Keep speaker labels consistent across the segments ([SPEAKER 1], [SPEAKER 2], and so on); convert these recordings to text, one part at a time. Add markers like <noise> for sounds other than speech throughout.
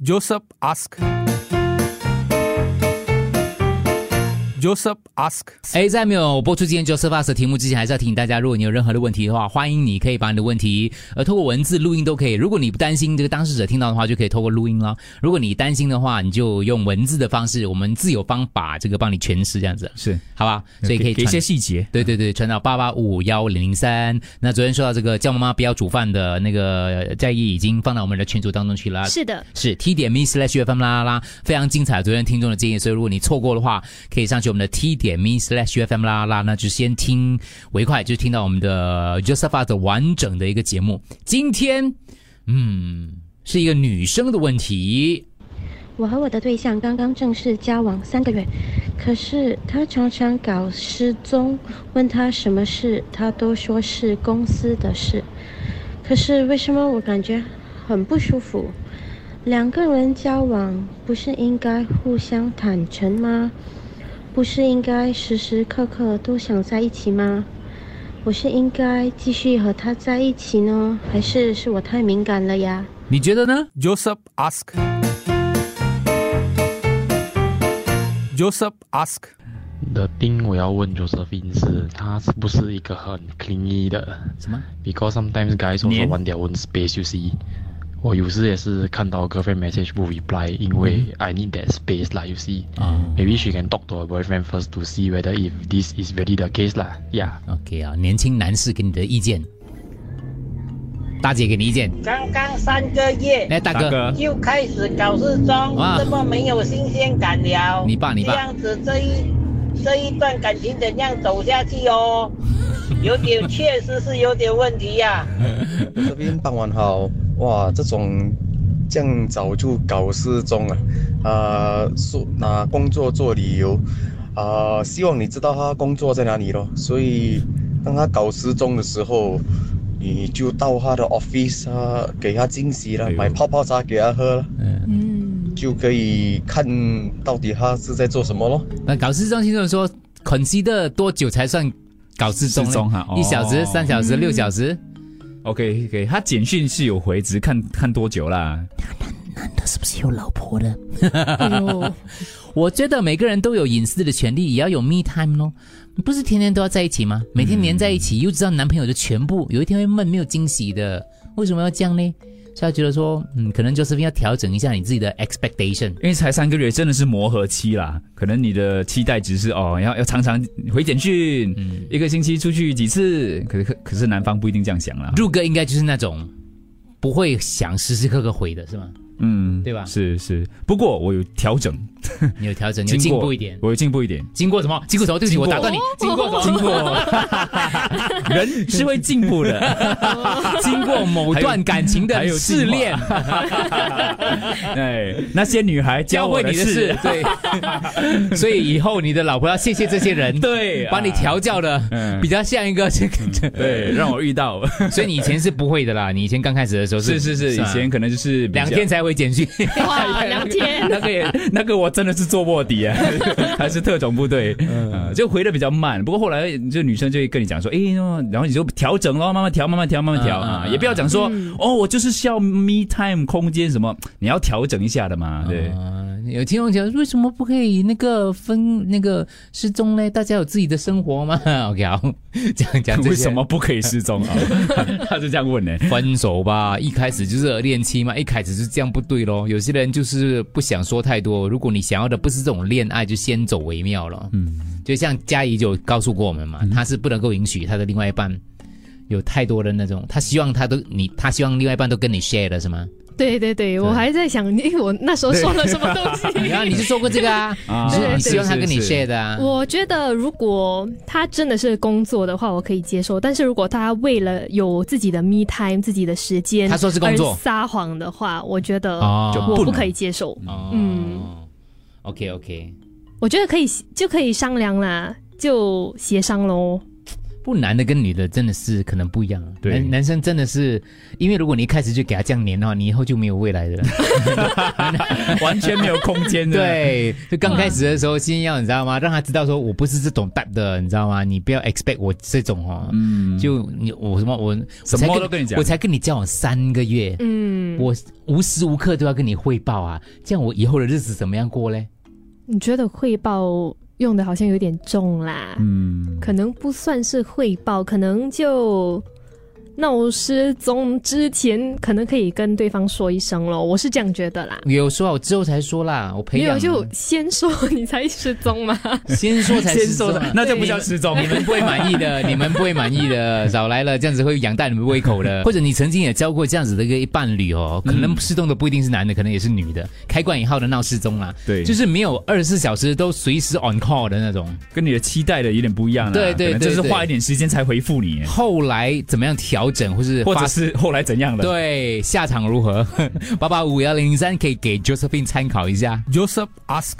[SPEAKER 1] Joseph ask。Joseph ask，
[SPEAKER 2] 哎，在没有播出今天 Joseph Us 的题目之前，还是要提醒大家，如果你有任何的问题的话，欢迎你可以把你的问题，呃，透过文字、录音都可以。如果你不担心这个当事者听到的话，就可以透过录音啦；如果你担心的话，你就用文字的方式，我们自有方法这个帮你诠释这样子，
[SPEAKER 3] 是，
[SPEAKER 2] 好吧？所以嗯可以
[SPEAKER 3] 给一
[SPEAKER 2] 传
[SPEAKER 3] 些细节。
[SPEAKER 2] 对对对，传到八八五幺零零三。那昨天说到这个叫妈妈不要煮饭的那个在意，已经放到我们的群组当中去了。
[SPEAKER 4] 是的，
[SPEAKER 2] 是 t 点 me slash fm 啦啦啦，非常精彩。昨天听众的建议，所以如果你错过的话，可以上去我们的 t 点 me slash fm 啦啦啦，那就先听为快，就听到我们的 Josepha 的完整的一个节目。今天，嗯，是一个女生的问题，
[SPEAKER 5] 我和我的对象刚刚正式交往三个月，可是他常常搞失踪，问他什么事，他都说是公司的事。可是为什么我感觉很不舒服？两个人交往不是应该互相坦诚吗？不是应该时时刻刻都想在一起吗？我是应该继续和他在一起呢，还是是我太敏感了呀？
[SPEAKER 2] 你觉得呢？
[SPEAKER 1] Joseph ask. Joseph ask.
[SPEAKER 6] 的丁，我要问 Josephine 是，她是不是一个很 clingy 的
[SPEAKER 2] 什么？
[SPEAKER 6] ？Because sometimes guys also
[SPEAKER 3] 黏
[SPEAKER 6] want their own space. You see，我有时也是看到 girlfriend message 不 reply，因为 I need that space 啦。You see，
[SPEAKER 2] 啊
[SPEAKER 6] maybe she can talk to her boyfriend first to see whether if this is really the case 啦。Yeah。
[SPEAKER 2] OK 啊，年轻男士给你的意见，大姐给你意见，
[SPEAKER 7] 刚刚三个月
[SPEAKER 2] 哎，大
[SPEAKER 3] 大
[SPEAKER 2] 哥，
[SPEAKER 3] 哥，
[SPEAKER 7] 就开始搞失踪
[SPEAKER 2] 哇，
[SPEAKER 7] 这么没有新鲜感了。
[SPEAKER 2] 你爸你爸
[SPEAKER 7] 这样子这一这一段感情怎样走下
[SPEAKER 2] <laughs>
[SPEAKER 7] 去哦？有点确实是有点问题呀、
[SPEAKER 8] 这边傍晚好，哇，这种这样早就搞失踪了，呃，说拿工作做理由，啊、希望你知道他工作在哪里咯。所以当他搞失踪的时候，你就到他的 office 啊，给他惊喜了，
[SPEAKER 3] 哎呦哎
[SPEAKER 8] 买泡泡茶给他喝了，
[SPEAKER 4] 嗯，
[SPEAKER 8] 就可以看到底他是在做什么咯。
[SPEAKER 2] 那搞失踪听众说，consider 多久才算搞失踪呢？
[SPEAKER 3] 失踪哈哦
[SPEAKER 2] 一小时、三小时、
[SPEAKER 4] 嗯
[SPEAKER 2] 六小时，
[SPEAKER 3] OK OK，他简讯是有回，只是看看多久啦。
[SPEAKER 2] 他是不是有老婆的？
[SPEAKER 4] 哎呦，
[SPEAKER 2] <laughs> 我觉得每个人都有隐私的权利，也要有 me time 咯。不是天天都要在一起吗？每天黏在一起，
[SPEAKER 3] 嗯
[SPEAKER 2] 又知道男朋友的全部，有一天会闷，没有惊喜的。为什么要这样呢？所以他觉得说，嗯，可能就是要调整一下你自己的 expectation。
[SPEAKER 3] 因为才三个月，真的是磨合期啦。可能你的期待值是哦，要要常常回简讯，
[SPEAKER 2] 嗯
[SPEAKER 3] 一个星期出去几次。可是可可是男方不一定这样想啦。
[SPEAKER 2] 入哥应该就是那种不会想时时刻刻回的，是吗？
[SPEAKER 3] 嗯，
[SPEAKER 2] 对吧
[SPEAKER 3] 是是。不过我有调整，
[SPEAKER 2] 你有调整，你有
[SPEAKER 3] 经
[SPEAKER 2] 进
[SPEAKER 3] 过
[SPEAKER 2] 步一点。
[SPEAKER 3] 我有进步
[SPEAKER 2] <laughs>
[SPEAKER 3] 一点。
[SPEAKER 2] 经过什么？经过什么？对不起，
[SPEAKER 3] 经
[SPEAKER 2] 我
[SPEAKER 3] 过哦
[SPEAKER 2] 打断你。经过什么？
[SPEAKER 3] 经
[SPEAKER 2] <laughs>
[SPEAKER 3] 过，人 <laughs> 是会进步的。哦
[SPEAKER 2] 经过某段感情的
[SPEAKER 3] 啊
[SPEAKER 2] 试炼，
[SPEAKER 3] 哎，那些女孩教
[SPEAKER 2] 教
[SPEAKER 3] 我
[SPEAKER 2] 会你的事，对。所以以后你的老婆要谢谢这些人，
[SPEAKER 3] 对
[SPEAKER 2] 把你调教的
[SPEAKER 3] 嗯
[SPEAKER 2] 比较像一个这个。
[SPEAKER 3] <laughs> 对，让我
[SPEAKER 2] <laughs>
[SPEAKER 3] 遇到。
[SPEAKER 2] 所以你以前是不会的啦，你以前刚开始的时候
[SPEAKER 3] 是 <laughs> 是是，以
[SPEAKER 2] 吧
[SPEAKER 3] 前可能就是比较，
[SPEAKER 2] 两天才回简讯，
[SPEAKER 4] 哇，聊天
[SPEAKER 2] <laughs>
[SPEAKER 3] 那个也 <laughs> 那个我真的是做卧底 <laughs> 啊，还是特种部队，呃就回的比较慢。不过后来就女生就会跟你讲说，哎，哦然后你就调整咯，慢慢调，慢慢调，慢慢调
[SPEAKER 2] 嗯嗯
[SPEAKER 3] 啊，
[SPEAKER 2] 嗯
[SPEAKER 3] 也不要讲说哦，我就是需要 me time 空间什么，你要调整一下的嘛，对。
[SPEAKER 2] 啊有听众讲为什么不可以那个分那个失踪呢？大家有自己的生活吗 <laughs> ？OK，好，讲
[SPEAKER 3] <laughs>
[SPEAKER 2] 讲这些
[SPEAKER 3] 为什么不可以失踪啊？ <laughs> 他是这样问呢、
[SPEAKER 2] 分手吧，一开始就是热恋期嘛，一开始是这样不对咯。有些人就是不想说太多，如果你想要的不是这种恋爱，就先走为妙了。嗯，就像嘉怡就告诉过我们嘛，
[SPEAKER 3] 嗯
[SPEAKER 2] 她是不能够允许她的另外一半有太多的那种，她希望她都你，她希望另外一半都跟你 share 的是吗？
[SPEAKER 4] 对对对，我还在想，因为我那时候说了什么东
[SPEAKER 2] 然 <laughs> 后你
[SPEAKER 4] 西。
[SPEAKER 2] 就说过这个啊，
[SPEAKER 3] 啊
[SPEAKER 2] 你说你希望他跟你
[SPEAKER 3] 是是是
[SPEAKER 2] share 的啊。
[SPEAKER 4] 我觉得，如果他真的是工作的话，我可以接受；但是如果他为了有自己的 me time、自己的时间，
[SPEAKER 2] 他说是工作
[SPEAKER 4] 撒谎的话，我觉得
[SPEAKER 2] 哦就不
[SPEAKER 4] 我
[SPEAKER 3] 能
[SPEAKER 4] 不可以接受。
[SPEAKER 2] 嗯，OK OK，
[SPEAKER 4] 我觉得可以就可以商量啦，就协商喽。
[SPEAKER 2] 不男的跟女的真的是可能不一样啊。
[SPEAKER 3] 对
[SPEAKER 2] 男男生真的是，因为如果你一开始就给他这样黏的话，你以后就没有未来的了。
[SPEAKER 3] 完全没有空间
[SPEAKER 2] <laughs>
[SPEAKER 3] 的。，
[SPEAKER 2] 对，就刚开始的时候，
[SPEAKER 3] 嗯
[SPEAKER 2] 先要你知道吗？让他知道说我不是这种 type 的，你知道吗？你不要 expect 我这种哦。
[SPEAKER 3] 嗯，
[SPEAKER 2] 就你我什么我
[SPEAKER 3] 什么都跟你讲
[SPEAKER 2] 我才跟你交往三个月，
[SPEAKER 9] 嗯，
[SPEAKER 2] 我无时无刻都要跟你汇报啊，这样我以后的日子怎么样过嘞？
[SPEAKER 9] 你觉得汇报用的好像有点重啦，
[SPEAKER 3] 嗯，
[SPEAKER 9] 可能不算是汇报，可能就闹失踪之前，可能可以跟对方说一声咯，我是这样觉得啦。
[SPEAKER 2] 有说啊，我之后才说啦，我培
[SPEAKER 9] 没有
[SPEAKER 2] 养
[SPEAKER 9] 就先说 <laughs> 你才失踪嘛，
[SPEAKER 2] 先说才
[SPEAKER 3] 先
[SPEAKER 2] 是
[SPEAKER 3] 收
[SPEAKER 2] 说
[SPEAKER 3] 的
[SPEAKER 2] 啊，
[SPEAKER 3] 那这不叫失踪。
[SPEAKER 2] 你们不会满意的，你们不会满意的，少来了，这样子会养大你们胃口的。 <laughs> 或者你曾经也交过这样子的一个伴侣哦，可能失踪的不一定是男的，可能也是女的，开罐以后的闹失踪啦，
[SPEAKER 3] 对
[SPEAKER 2] 就是没有二十四小时都随时 on call 的那种。
[SPEAKER 3] 跟你的期待的有点不一样了。
[SPEAKER 2] 对对
[SPEAKER 3] 可能就是
[SPEAKER 2] 对对
[SPEAKER 3] 花一点时间才回复你，
[SPEAKER 2] 后来怎么样调整，或是
[SPEAKER 3] 或者
[SPEAKER 2] 发
[SPEAKER 3] 是后来怎样的？
[SPEAKER 2] 对下场如何？ <laughs> 八八五幺零三可以给 Josephine 参考一下。
[SPEAKER 10] Joseph ask.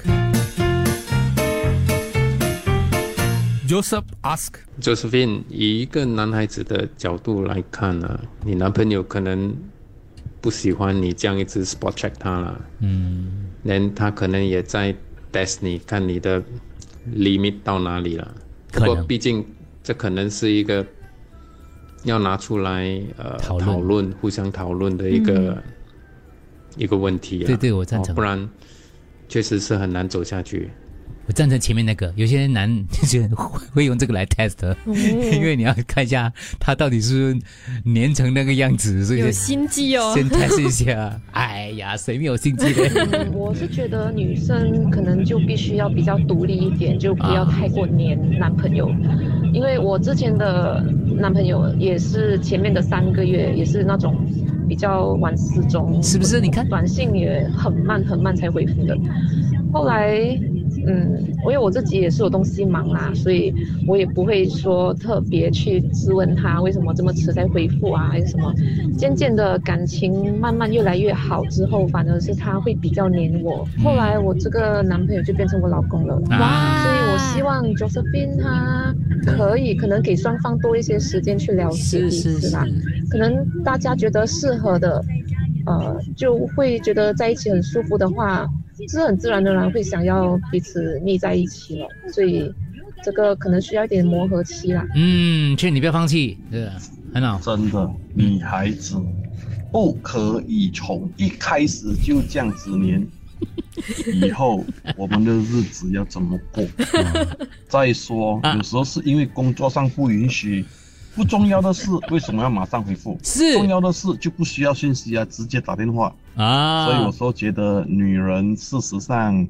[SPEAKER 10] Joseph ask.
[SPEAKER 11] Josephine，以一个男孩子的角度来看呢、你男朋友可能不喜欢你这样一直 spot check 他啦，嗯，连他可能也在 test 你看你的 limit 到哪里了。不
[SPEAKER 1] 啊
[SPEAKER 2] 可
[SPEAKER 11] 过
[SPEAKER 2] 能
[SPEAKER 11] 毕竟这可能是一个要拿出来呃
[SPEAKER 2] 讨
[SPEAKER 11] 讨
[SPEAKER 2] 论
[SPEAKER 11] 论、互相讨论的一个、一个问题啊。
[SPEAKER 2] 嗯对对我赞成
[SPEAKER 11] 哦不然确实是很难走下去。
[SPEAKER 2] 我赞成前面那个，有些男就是会用这个来 test，的、 <laughs> <laughs> 因为你要看一下他到底是不是粘成那个样子，所以
[SPEAKER 9] 有
[SPEAKER 2] 就
[SPEAKER 9] 心机哦。
[SPEAKER 2] 先 test 一下。哎呀，谁没有心机嘞？
[SPEAKER 4] 嗯，我是觉得女生可能就必须要比较独立一点，就不要太过黏男朋友，因为我之前的男朋友也是前面的三个月也是那种比较晚失
[SPEAKER 2] <laughs>
[SPEAKER 4] 踪，
[SPEAKER 2] 是不是你看
[SPEAKER 4] 短信也很慢很慢才回复的，后来。嗯，因为我自己也是有东西忙啦，所以我也不会说特别去质问他为什么这么迟才回复啊，还是什么。渐渐的感情慢慢越来越好之后，反而是他会比较黏我。后来我这个男朋友就变成我老公了，
[SPEAKER 2] 啊，
[SPEAKER 4] 所以我希望 Josephine 他可以可能给双方多一些时间去了解
[SPEAKER 2] 是
[SPEAKER 4] 彼
[SPEAKER 2] 是
[SPEAKER 4] 此
[SPEAKER 2] 是
[SPEAKER 4] 啦。，可能大家觉得适合的，呃，就会觉得在一起很舒服的话，是很自然而然会想要彼此腻在一起了。所以这个可能需要一点磨合期啦。
[SPEAKER 2] 嗯，劝你不要放弃，对，很好。
[SPEAKER 8] 真的，女孩子不可以从一开始就这样子
[SPEAKER 2] <laughs>
[SPEAKER 8] 黏。以后我们的日子要怎么
[SPEAKER 2] <laughs>
[SPEAKER 8] 过？再说，
[SPEAKER 2] 啊
[SPEAKER 8] 有时候是因为工作上不允许，不重要的事
[SPEAKER 2] <laughs>
[SPEAKER 8] 为什么要马上回复？
[SPEAKER 2] 是
[SPEAKER 8] 重要的事就不需要讯息啊，直接打电话。
[SPEAKER 2] 啊，
[SPEAKER 8] 所以我说，觉得女人事实上，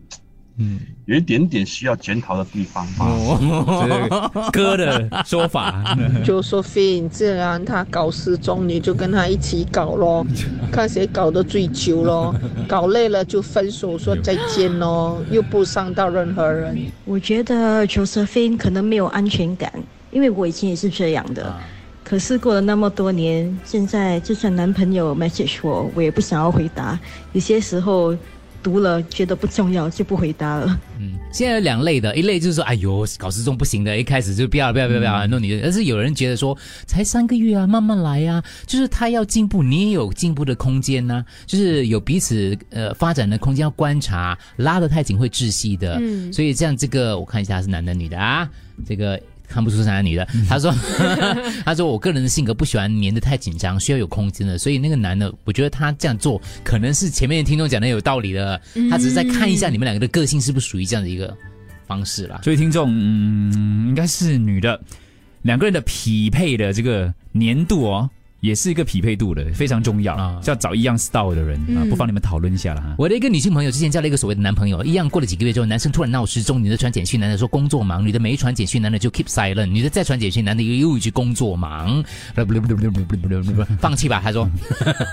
[SPEAKER 2] 嗯，
[SPEAKER 8] 有一点点需要检讨的地方吧。
[SPEAKER 3] 这是哥的说法， <laughs>
[SPEAKER 4] 就说飞，自然他搞失踪，你就跟他一起
[SPEAKER 2] <laughs>
[SPEAKER 4] 搞咯，看谁搞得最久咯，搞累了就分手说再见咯，又不伤到任何人。
[SPEAKER 5] 我觉得 Josephine 可能没有安全感，因为我以前也是这样的。可是过了那么多年，现在就算男朋友 message 我，我也不想要回答。有些时候读了觉得不重要就不回答了。
[SPEAKER 2] 嗯，现在有两类的，一类就是说，哎呦，搞失踪不行的，一开始就不要了，不要不要不要弄你的。但是有人觉得说，才三个月啊，慢慢来啊，就是他要进步，你也有进步的空间呐、就是有彼此呃发展的空间，要观察，拉得太紧会窒息的。
[SPEAKER 9] 嗯
[SPEAKER 2] 所以这样这个我看一下是男的女的啊，这个。看不出是男的女的，啊他说，他说我个人的性格不喜欢粘得太紧张，需要有空间的，所以那个男的，我觉得他这样做可能是前面的听众讲的有道理的，他只是在看一下你们两个的个性是不是属于这样的一个方式啦。
[SPEAKER 3] 所以听众，嗯，应该是女的，两个人的匹配的这个年度哦，也是一个匹配度的，非常重要，
[SPEAKER 2] 啊
[SPEAKER 3] 是要找一样 style 的人啊，
[SPEAKER 9] 嗯
[SPEAKER 3] 不妨你们讨论一下了哈。
[SPEAKER 2] 我的一个女性朋友之前交了一个所谓的男朋友，一样过了几个月之后，男生突然闹失踪，女的传简讯，男的说工作忙，女的没传简讯，男的就 keep silent，女的再传简讯，男的又又一句工作忙， <laughs> 放弃吧，他说，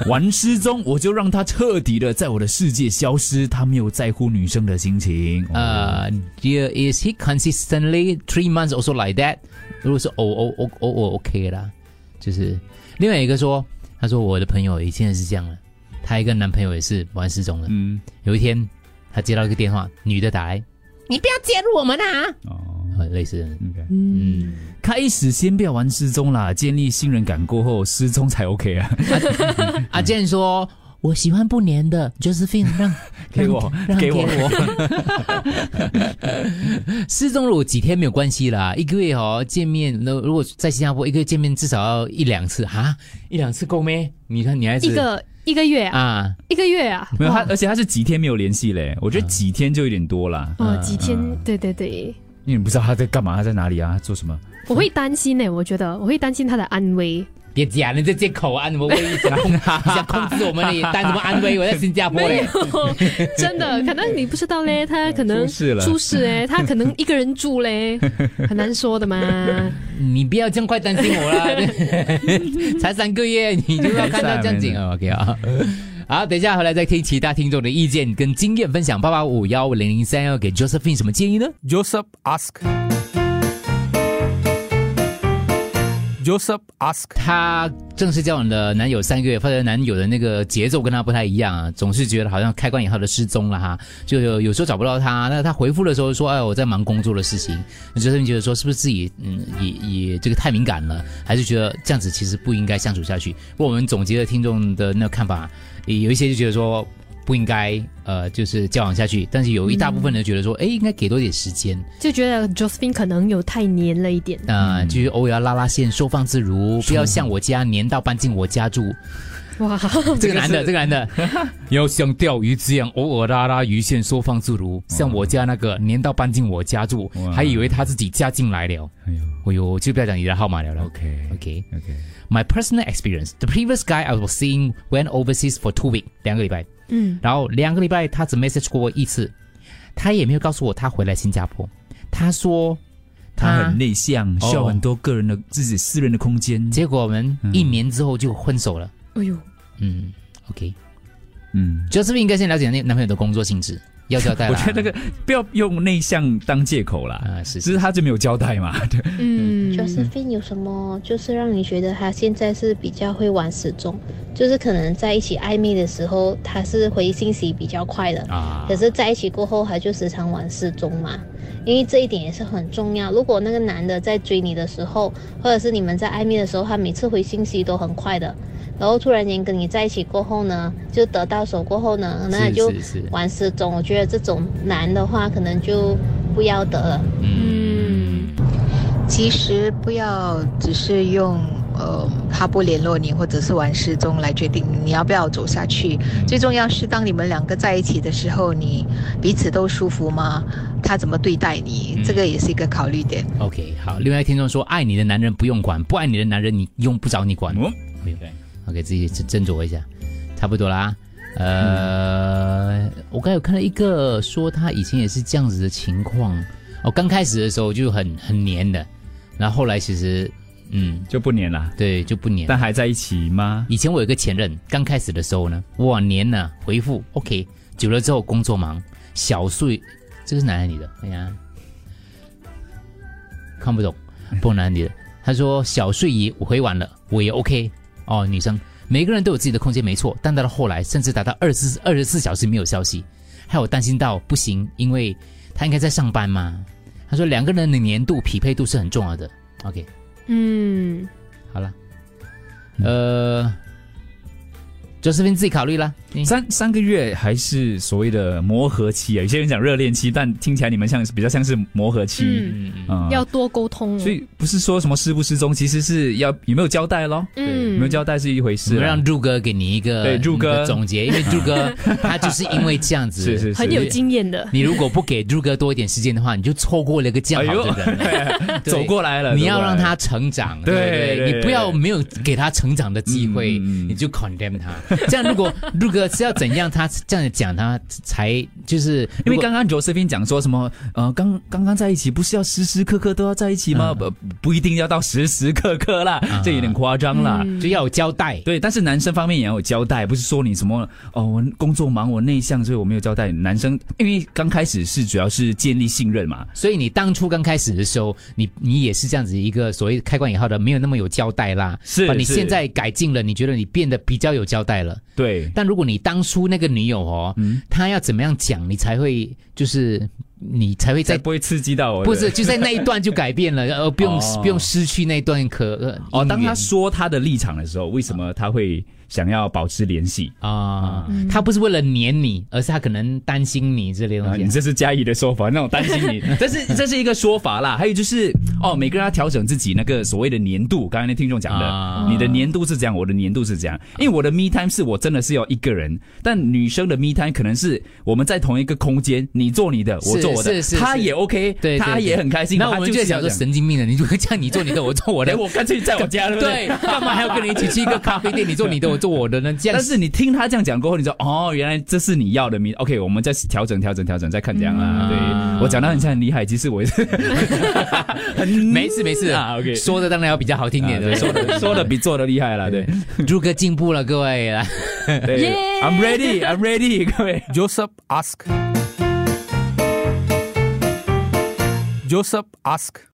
[SPEAKER 3] 玩失踪，我就让他彻底的在我的世界消失，他没有在乎女生的心情。呃，
[SPEAKER 2] 呃，dear is he consistently three months also like that？如果是哦偶偶偶偶偶 OK 啦，就是另外一个说，他说我的朋友也现在是这样了，她一个男朋友也是玩失踪了，
[SPEAKER 3] 嗯，
[SPEAKER 2] 有一天，她接到一个电话，女的打来，你不要介入我们啊，
[SPEAKER 3] 哦
[SPEAKER 2] 呃类似的，
[SPEAKER 3] ，OK，
[SPEAKER 2] 嗯，
[SPEAKER 3] 开始先不要玩失踪啦，建立信任感过后失踪才 OK 啊。
[SPEAKER 2] 阿健啊说：“我喜欢不粘的，Josephine 让
[SPEAKER 3] <laughs> 给我
[SPEAKER 2] 让
[SPEAKER 3] 给
[SPEAKER 2] 给
[SPEAKER 3] 我
[SPEAKER 2] 我失踪了我几天没有关系啦，一个月哦见面，那如果在新加坡一个月见面至少要一两次哈，一两次够咩？你看女孩子
[SPEAKER 4] 一个一个月啊，
[SPEAKER 2] 啊，
[SPEAKER 4] 一个月啊，
[SPEAKER 3] 没有他
[SPEAKER 4] 哇，
[SPEAKER 3] 而且他是几天没有联系嘞，我觉得几天就有点多啦。
[SPEAKER 2] 啊
[SPEAKER 4] 哦，几天
[SPEAKER 3] 嗯，
[SPEAKER 4] 对对对，
[SPEAKER 3] 因为你不知道他在干嘛，他在哪里啊，他做什么？
[SPEAKER 4] 我会担心呢，我觉得我会担心他的安
[SPEAKER 2] <laughs>
[SPEAKER 4] 危。
[SPEAKER 2] 别讲了这借口啊，你们为什
[SPEAKER 3] <laughs>
[SPEAKER 2] 么想控制我们的担什么安危？我在新加坡
[SPEAKER 4] 没
[SPEAKER 2] 嘞
[SPEAKER 4] 有，真的，可能你不知道嘞，他可能
[SPEAKER 2] 出事了
[SPEAKER 4] 出事哎，他可能一个人住嘞，很难说的嘛。
[SPEAKER 2] <laughs> 你不要这样快担心我啦，才三个月你就要看到这样子
[SPEAKER 3] 没事啊
[SPEAKER 2] 哦，OK 啊。好，等一下回来再听其他听众的意见跟经验分享。八八五幺零零三要给 Josephine 什么建议呢？Joseph ask。
[SPEAKER 1] Joseph ask，
[SPEAKER 2] 她正式交往的男友三个月，发现男友的那个节奏跟她不太一样啊，总是觉得好像开关以后的失踪了哈，就有有时候找不到他。那她回复的时候说：“哎，我在忙工作的事情。”就是觉得说是不是自己嗯也也这个太敏感了，还是觉得这样子其实不应该相处下去？不过我们总结了听众的那个看法，也嗯有一些就觉得说不应该呃就是交往下去，但是有一大部分人觉得说，哎、应该给多一点时间。
[SPEAKER 4] 就觉得 Josephine 可能有太黏了一点。
[SPEAKER 2] 啊，就是偶尔要拉拉线，收放自如，不要像我家黏到搬进我家住。
[SPEAKER 3] <laughs>
[SPEAKER 4] 哇，
[SPEAKER 2] <laughs> 这个男的，这个男的，要像钓鱼这样偶尔拉拉鱼线，收放自如。像我家那个黏到搬进我家住，还以为他自己嫁进来了。哎呦，哎呦，就不要讲你的号码了了。OK OK OK。My personal experience, the previous guy I was seeing went overseas for two week，两个礼拜。
[SPEAKER 4] 嗯，
[SPEAKER 2] 然后两个礼拜他只 message 过我一次，他也没有告诉我他回来新加坡。他说
[SPEAKER 3] 他很内向，
[SPEAKER 2] 哦
[SPEAKER 3] 需要很多个人的自己私人的空间。
[SPEAKER 2] 结果我们一年之后就分手了。
[SPEAKER 4] 哎呦，
[SPEAKER 2] 嗯，OK，
[SPEAKER 3] 嗯，
[SPEAKER 2] 就是不是应该先了解那男朋友的工作性质，要交代啦。
[SPEAKER 3] <laughs>
[SPEAKER 2] 啊
[SPEAKER 3] 我觉得那个不要用内向当借口啦，
[SPEAKER 2] 是，
[SPEAKER 3] 只是他就没有交代嘛。 <laughs> 对
[SPEAKER 4] 嗯
[SPEAKER 5] Josephine 有什么就是让你觉得他现在是比较会玩时钟？就是可能在一起暧昧的时候，他是回信息比较快的，
[SPEAKER 2] 啊
[SPEAKER 5] 可是在一起过后，他就时常玩失踪嘛。因为这一点也是很重要。如果那个男的在追你的时候，或者是你们在暧昧的时候，他每次回信息都很快的，然后突然间跟你在一起过后呢，就得到手过后呢，那
[SPEAKER 2] 是
[SPEAKER 5] 你就是
[SPEAKER 2] 是
[SPEAKER 5] 玩失踪。我觉得这种男的话，可能就不要得了。
[SPEAKER 2] 嗯
[SPEAKER 12] 其实不要只是用呃他不联络你或者是玩失踪来决定你要不要走下去。最重要是当你们两个在一起的时候，你彼此都舒服吗？他怎么对待你，
[SPEAKER 2] 嗯
[SPEAKER 12] 这个也是一个考虑点。
[SPEAKER 2] OK，好。另外听众说，爱你的男人不用管，不爱你的男人你用不着你管。
[SPEAKER 3] 嗯
[SPEAKER 2] ，OK，自己斟酌一下，差不多啦。呃，我刚才有看到一个说他以前也是这样子的情况，哦，刚开始的时候就很很黏的，然后后来其实嗯
[SPEAKER 3] 就不黏了，
[SPEAKER 2] 对，就不黏。
[SPEAKER 3] 但还在一起吗？
[SPEAKER 2] 以前我有一个前任，刚开始的时候呢，哇，黏呢、回复 OK，久了之后工作忙，小睡，这个是男的女的？哎呀，看不懂，不男的女的。他说小睡姨我回晚了，我也 OK。哦，女生，每个人都有自己的空间，没错。但到了后来，甚至达到二十二十四小时没有消息，害我担心到不行，因为他应该在上班嘛。他说两个人的年度匹配度是很重要的。OK，
[SPEAKER 4] 嗯，
[SPEAKER 2] 好了，呃，就是凭自己考虑啦。
[SPEAKER 3] 三三个月还是所谓的磨合期啊，有些人讲热恋期，但听起来你们像是比较像是磨合期，
[SPEAKER 4] 嗯
[SPEAKER 3] 啊
[SPEAKER 4] 要多沟通哦。
[SPEAKER 3] 所以不是说什么失不失踪，其实是要有没有交代咯。
[SPEAKER 4] 嗯
[SPEAKER 3] 有没有交代是一回
[SPEAKER 2] 我
[SPEAKER 3] 事啊、
[SPEAKER 2] 们让柱哥给你一个
[SPEAKER 3] 对柱哥
[SPEAKER 2] 一个总结，因
[SPEAKER 3] <laughs>
[SPEAKER 2] 为柱哥他就是因为这样子，
[SPEAKER 3] 是是是 <laughs>
[SPEAKER 4] 很有经验的。
[SPEAKER 2] 你如果不给柱哥多一点时间的话，你就错过了一个这样
[SPEAKER 3] 哎
[SPEAKER 2] 好的人
[SPEAKER 3] <laughs>
[SPEAKER 2] 了，对
[SPEAKER 3] 走过来了，
[SPEAKER 2] 你要
[SPEAKER 3] 走过来
[SPEAKER 2] 让
[SPEAKER 3] 了
[SPEAKER 2] 他成长，
[SPEAKER 3] 对
[SPEAKER 2] 对
[SPEAKER 3] 对对嗯
[SPEAKER 2] 你不要没有给他成长的机会，你就 condemn 他。这样如果柱哥是要怎样，他这样讲他才就是
[SPEAKER 3] 因为刚刚 Josephine 讲说什么，呃，刚刚刚在一起，不是要时时刻刻都要在一起吗？不不一定要到时时刻刻啦，这有点夸张啦，
[SPEAKER 2] 啊就要有交代。
[SPEAKER 3] 对，但是男生方面也要有交代，不是说你什么哦，我工作忙，我内向，所以我没有交代。男生因为刚开始是主要是建立信任嘛，
[SPEAKER 2] 所以你当初刚开始的时候，你你也是这样子一个所谓开关以后的，没有那么有交代啦。
[SPEAKER 3] 是
[SPEAKER 2] 把你
[SPEAKER 3] 是
[SPEAKER 2] 现在改进了，你觉得你变得比较有交代了。
[SPEAKER 3] 对，嗯
[SPEAKER 2] 但如果你当初那个女友哦，她要怎么样讲，你才会就是你才会在
[SPEAKER 3] 才不会刺激到我。
[SPEAKER 2] 不是就在那一段就改变
[SPEAKER 3] <laughs>
[SPEAKER 2] 了，呃，不用
[SPEAKER 3] 哦
[SPEAKER 2] 不用失去那段可呃
[SPEAKER 3] 哦，当
[SPEAKER 2] 姻
[SPEAKER 3] 他
[SPEAKER 2] 缘
[SPEAKER 3] 说他的立场的时候，为什么他会想要保持联系
[SPEAKER 2] 啊？
[SPEAKER 3] 嗯
[SPEAKER 2] 他不是为了黏你，而是他可能担心你之类的东
[SPEAKER 3] 啊，
[SPEAKER 2] 西。
[SPEAKER 3] 你这是嘉义的说法，那种担心
[SPEAKER 2] <laughs>
[SPEAKER 3] 你，但是这是一个说法啦。还有就是，哦，每个人要调整自己那个所谓的年度。刚才那听众讲的，
[SPEAKER 2] 啊
[SPEAKER 3] 你的年度是这样，我的年度是这样。因为我的 me time 是我真的是要一个人，但女生的 me time 可能是我们在同一个空间，你做你的，我
[SPEAKER 2] 是
[SPEAKER 3] 做我的
[SPEAKER 2] 是是，
[SPEAKER 3] 她
[SPEAKER 2] 是
[SPEAKER 3] 也 OK，
[SPEAKER 2] 对，
[SPEAKER 3] 她也很开心。
[SPEAKER 2] 那我们就
[SPEAKER 3] 就
[SPEAKER 2] 在
[SPEAKER 3] 是
[SPEAKER 2] 想说
[SPEAKER 3] 要这样
[SPEAKER 2] 神经病的，你就会这样，你做你的，我做我
[SPEAKER 3] <laughs>
[SPEAKER 2] 的，
[SPEAKER 3] 哎我干脆在我家对不对
[SPEAKER 2] 对，干嘛还要跟你一起去一
[SPEAKER 3] <laughs>
[SPEAKER 2] 个咖啡店？你做你的，我做我的呢？这样
[SPEAKER 3] 但是你听他这样讲过后，你说哦，原来这是你要的名。OK，我们再调整、调整、调整，再看怎样
[SPEAKER 2] 嗯
[SPEAKER 3] 啦。对我讲到很像很厉害，其实我也是很
[SPEAKER 2] 没事没事
[SPEAKER 3] 啊。OK，
[SPEAKER 2] 说的当然要比较好听点，对
[SPEAKER 3] 啊对
[SPEAKER 2] 不
[SPEAKER 3] 说
[SPEAKER 2] 对
[SPEAKER 3] <laughs> 的说的比做的厉害啦。对，
[SPEAKER 2] 如哥进步了，各位啦。
[SPEAKER 3] <laughs> 对，I'm ready, I'm ready，各位。
[SPEAKER 1] Joseph ask. Joseph ask.